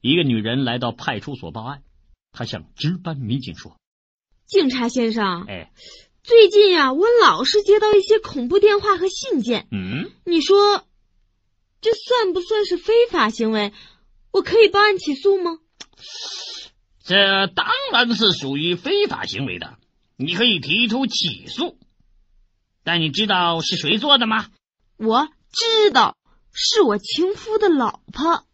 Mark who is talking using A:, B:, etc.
A: 一个女人来到派出所报案，她向值班民警说
B: 警察先：“生，
A: 哎，
B: 最近呀、我老是接到一些恐怖电话和信件，
A: 嗯，
B: 你说这算不算是非法行为？我可以报案起诉吗？
A: 这当然是属于非法行为的，你可以提出起诉。但你知道是谁做的吗？
B: 我知道，是我情夫的老婆。